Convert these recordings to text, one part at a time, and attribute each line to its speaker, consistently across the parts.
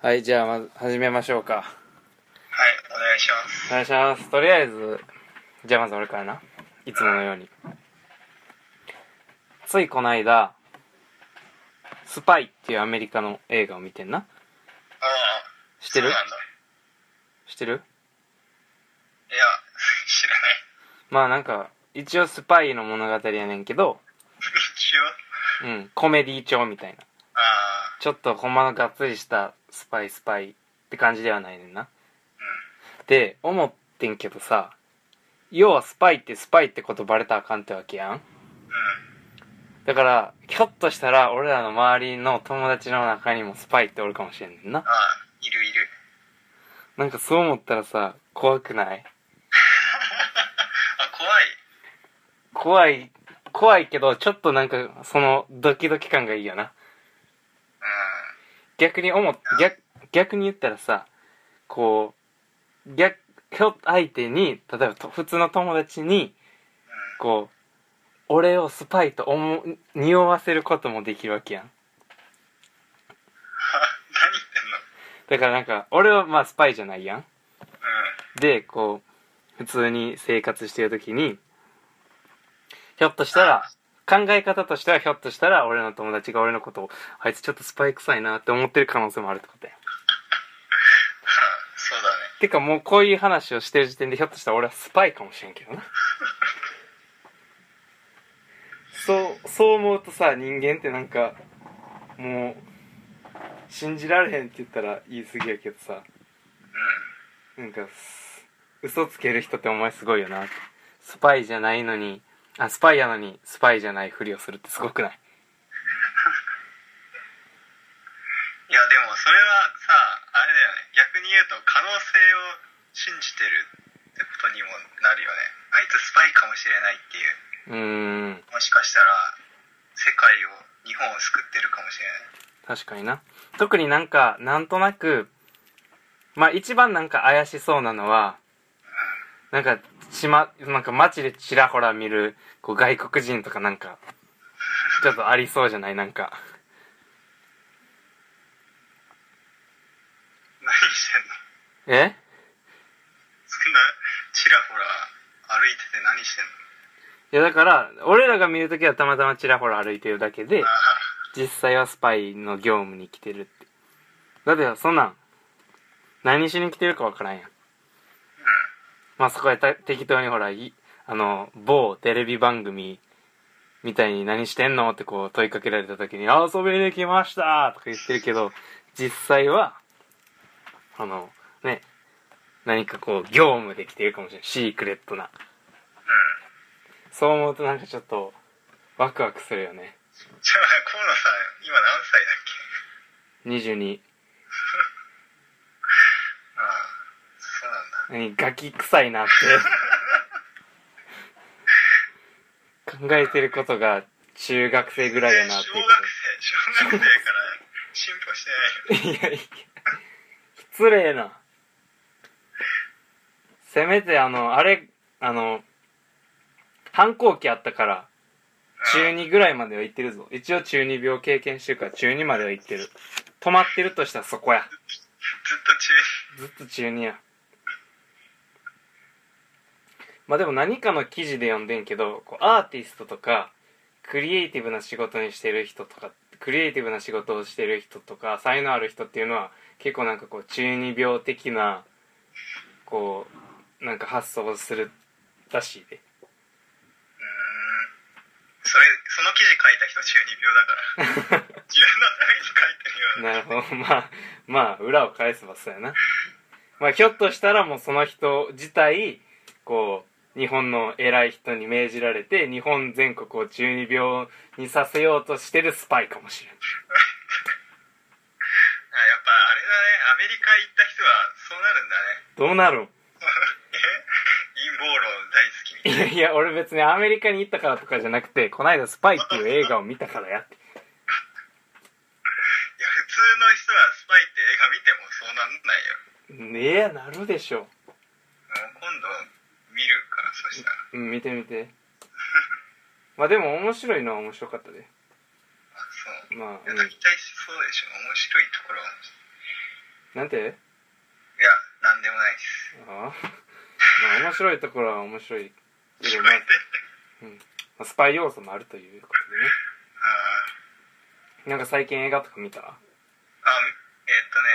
Speaker 1: はい、じゃあ、まず、始めましょうか。
Speaker 2: はい、お願いします。
Speaker 1: お願いします。とりあえず、じゃあまず俺からな。いつものように。ついこの間、スパイっていうアメリカの映画を見てんな。
Speaker 2: ああ、
Speaker 1: 知ってる
Speaker 2: そうなんだ。
Speaker 1: 知ってる
Speaker 2: いや、 知らない。
Speaker 1: まあなんか、一応スパイの物語やねんけど、
Speaker 2: 一
Speaker 1: う
Speaker 2: 応
Speaker 1: ん、コメディ調みたいな。
Speaker 2: ああ、
Speaker 1: ちょっとほんまのがっつりしたスパイスパイって感じではないねんな。で、思ってんけどさ、要はスパイってスパイってことバレたらあかんってわけやん。
Speaker 2: うん。
Speaker 1: だから、ひょっとしたら俺らの周りの友達の中にもスパイっておるかもしれんねんな。
Speaker 2: ああ、いるいる。
Speaker 1: なんかそう思ったらさ、怖くない
Speaker 2: あ、怖い。
Speaker 1: 怖い、怖いけど、ちょっとなんか、その、ドキドキ感がいいよな。
Speaker 2: うん。
Speaker 1: 逆に思っ、逆、逆に言ったらさ、こう、逆、ひょ相手に、例えばと普通の友達に、こう、俺をスパイと思う、匂わせることもできるわけやん。
Speaker 2: は何言ってんの
Speaker 1: だからなんか、俺はまあスパイじゃないやん。
Speaker 2: うん。
Speaker 1: で、こう、普通に生活してるときに、ひょっとしたら、考え方としてはひょっとしたら俺の友達が俺のことを、あいつちょっとスパイ臭いなって思ってる可能性もあるってことや。
Speaker 2: はあ、そうだね。
Speaker 1: てかもうこういう話をしてる時点でひょっとしたら俺はスパイかもしれんけどな。そう、そう思うとさ、人間ってなんか、もう、信じられへんって言ったら言い過ぎやけどさ、なんかす、嘘つける人ってお前すごいよなって。スパイじゃないのに、あ、スパイやのにスパイじゃないふりをするってすごくない
Speaker 2: いや、でもそれはさ、あれだよね。逆に言うと、可能性を信じてるってことにもなるよね。あいつスパイかもしれないって
Speaker 1: うー
Speaker 2: いう。
Speaker 1: ん、
Speaker 2: もしかしたら、世界を、日本を救ってるかもしれない。
Speaker 1: 確かにな。特になんか、なんとなく、まあ一番なんか怪しそうなのは、なんか、島、なんか街でちらほら見る、こう外国人とかなんか、ちょっとありそうじゃないなんか。
Speaker 2: 何してんの
Speaker 1: え
Speaker 2: そんな、ちらほら歩いてて何してんの
Speaker 1: いやだから、俺らが見るときはたまたまちらほら歩いてるだけで
Speaker 2: あ、あ、
Speaker 1: 実際はスパイの業務に来てるって。だってそんなん、何しに来てるかわからんやん。まあそこはた適当にほら、いあの、某テレビ番組みたいに何してんのってこう問いかけられた時に、遊びに来ましたとか言ってるけど、実際は、あの、ね、何かこう業務で来てるかもしれない。シークレットな。そう思うとなんかちょっと、ワクワクするよね。
Speaker 2: じゃあ、河野さん、今何歳だっけ
Speaker 1: 22
Speaker 2: ああ、そうなん
Speaker 1: 何
Speaker 2: だ。
Speaker 1: ガキ臭いなって 考えてることが中学生ぐらいだなって
Speaker 2: 小学生、小学生から進歩してないよ。
Speaker 1: いうこといやいや失礼なせめてあのあれあの反抗期あったから中
Speaker 2: うん
Speaker 1: 2ぐらいまでは行ってるぞ一応中2病経験してるから中2までは行ってる止まってるとしたらそこや
Speaker 2: ずっと中
Speaker 1: ずっと中2やまあでも何かの記事で読んでんけどこうアーティストとかクリエイティブな仕事にしてる人とかクリエイティブな仕事をしてる人とか才能ある人っていうのは結構なんかこう中二病的なこうなんか発想をするらしいで
Speaker 2: うーん。それ、その記事書いた人中二 病だから。自分のために書いてるよう
Speaker 1: な
Speaker 2: な。
Speaker 1: るほど。まあ、まあ、裏を返せばそうやな。まあ、ひょっとしたらもうその人自体、こう、日本の偉い人に命じられて、日本全国を中二病にさせようとしてるスパイかもしれない。
Speaker 2: あやっぱあれだね、アメリカ行った人はそうなるんだね。
Speaker 1: どうなるん
Speaker 2: 陰謀論大好きみたい
Speaker 1: いやいや、俺別にアメリカに行ったからとかじゃなくて、こないだスパイっていう映画を見たからやって。
Speaker 2: いや、普通の人はスパイって映画見てもそうなんないよ。
Speaker 1: ねえ、なるでしょ。
Speaker 2: もう今度見るから、そしたら。
Speaker 1: うん、見てみて。まあでも面白いのは面白かったで。
Speaker 2: あそう。
Speaker 1: まあ、
Speaker 2: いや
Speaker 1: うん
Speaker 2: 大体そうでしょ面白いところは
Speaker 1: なんて
Speaker 2: いやなんでもないです
Speaker 1: ああ まあ面白いところは面白いけ
Speaker 2: 聞
Speaker 1: ど、
Speaker 2: こ
Speaker 1: まあ
Speaker 2: え て
Speaker 1: うんまあスパイ要素もあるということでね
Speaker 2: あ
Speaker 1: なんか最近映画とか見た
Speaker 2: ああえっとね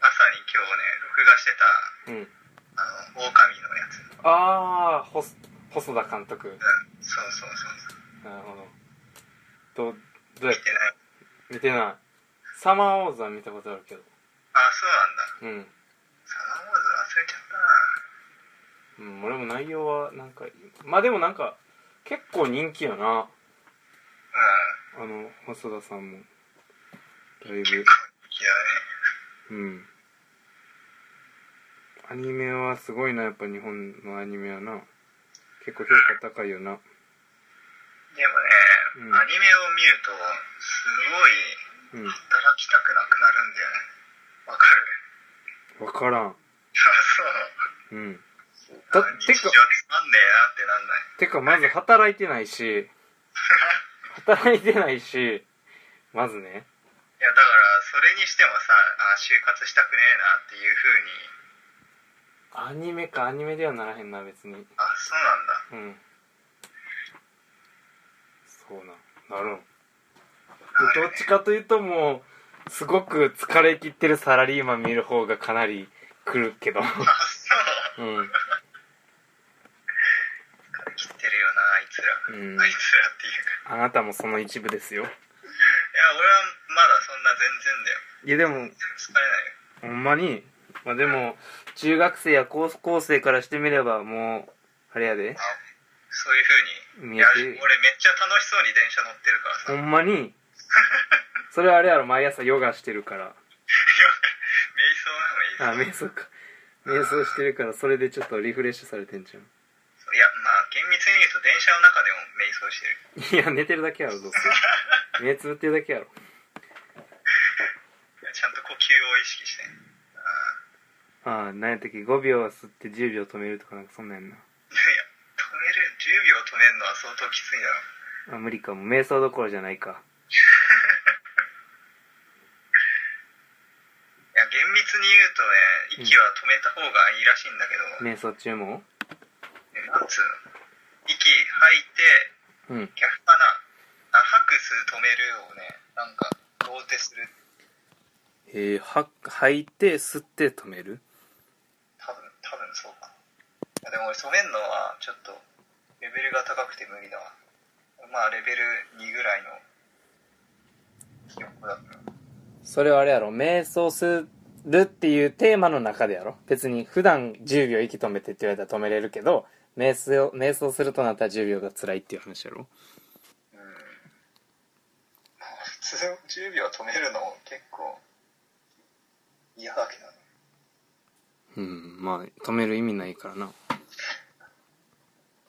Speaker 2: 朝に今日ね録画してた
Speaker 1: うん
Speaker 2: あの狼のやつうん
Speaker 1: ああほす細田監督
Speaker 2: そうそうそう
Speaker 1: なるほどどどうや
Speaker 2: 見てない
Speaker 1: 見てないサマーウォーズは見たことあるけど
Speaker 2: あそうなんだ
Speaker 1: うん、
Speaker 2: サマーウォーズ忘れちゃった
Speaker 1: うん、俺も内容はなんかまあでもなんか結構人気やな
Speaker 2: な
Speaker 1: あの細田さんもだい
Speaker 2: うん
Speaker 1: ぶ
Speaker 2: いやね
Speaker 1: うんアニメはすごいなやっぱ日本のアニメはな結構評価高いよな
Speaker 2: でもね、
Speaker 1: うん
Speaker 2: アニメを見るとすごい
Speaker 1: うん
Speaker 2: 働きたくなくなるんだよねわかる
Speaker 1: 分からん
Speaker 2: あ
Speaker 1: うん
Speaker 2: そう
Speaker 1: だ
Speaker 2: あ
Speaker 1: て
Speaker 2: 日
Speaker 1: か
Speaker 2: 常つまんねえなってなんない
Speaker 1: てかまず働いてないし働いてないしまずね
Speaker 2: いやだからそれにしてもさあ就活したくねえなっていうふうに
Speaker 1: アニメかアニメではならへんな別に
Speaker 2: あそうなんだ
Speaker 1: うんそうなんなるん
Speaker 2: な
Speaker 1: ど
Speaker 2: る
Speaker 1: っちかというともうすごく疲れ切ってるサラリーマン見る方がかなり来るけど
Speaker 2: あそう
Speaker 1: うん
Speaker 2: 切ってるよなあいつら、
Speaker 1: うん
Speaker 2: あいつらっていうか
Speaker 1: あなたもその一部ですよ
Speaker 2: いや俺はまだそんな全然だよ
Speaker 1: いやでも
Speaker 2: 疲れないよ
Speaker 1: ほんまにまあでも中学生や高校生からしてみればもうあれやで
Speaker 2: あそういうふうに
Speaker 1: 見
Speaker 2: い
Speaker 1: え
Speaker 2: や
Speaker 1: て
Speaker 2: 俺めっちゃ楽しそうに電車乗ってるからさ
Speaker 1: ほんまにそれはあれやろ毎朝ヨガしてるから
Speaker 2: 瞑想な
Speaker 1: あ
Speaker 2: のいい
Speaker 1: 瞑想か瞑想してるからそれでちょっとリフレッシュされてんじゃん
Speaker 2: いやまあ厳密に言うと電車の中でも瞑想してる
Speaker 1: いや寝てるだけやろどうせ目つぶってるだけやろ
Speaker 2: ちゃんと呼吸を意識してああ
Speaker 1: ああ何やったっけ5秒吸って10秒止めるとかなんかそんなんやんない
Speaker 2: やいや止める10秒止めるのは相当きついだろ
Speaker 1: あ無理かもう瞑想どころじゃないか
Speaker 2: いや厳密に言うとね息は止めた方がいいらしいんだけど、
Speaker 1: 瞑想中も
Speaker 2: なんつうの息吐
Speaker 1: う
Speaker 2: いて
Speaker 1: ん
Speaker 2: 逆かなあ吐く吸う止めるをねなんか同定する
Speaker 1: えー、は吐いて吸って止める
Speaker 2: 多分多分そうかいやでも俺止めるのはちょっとレベルが高くて無理だわまあレベル2ぐらいの記憶だった
Speaker 1: それはあれやろ瞑想するっていうテーマの中でやろ別に普段10秒息止めてって言われたら止めれるけど瞑想瞑想するとなったら10秒が辛いっていう話やろ
Speaker 2: うんまあ普通10秒止めるのも結構嫌だけどね
Speaker 1: うんまあ止める意味ないからな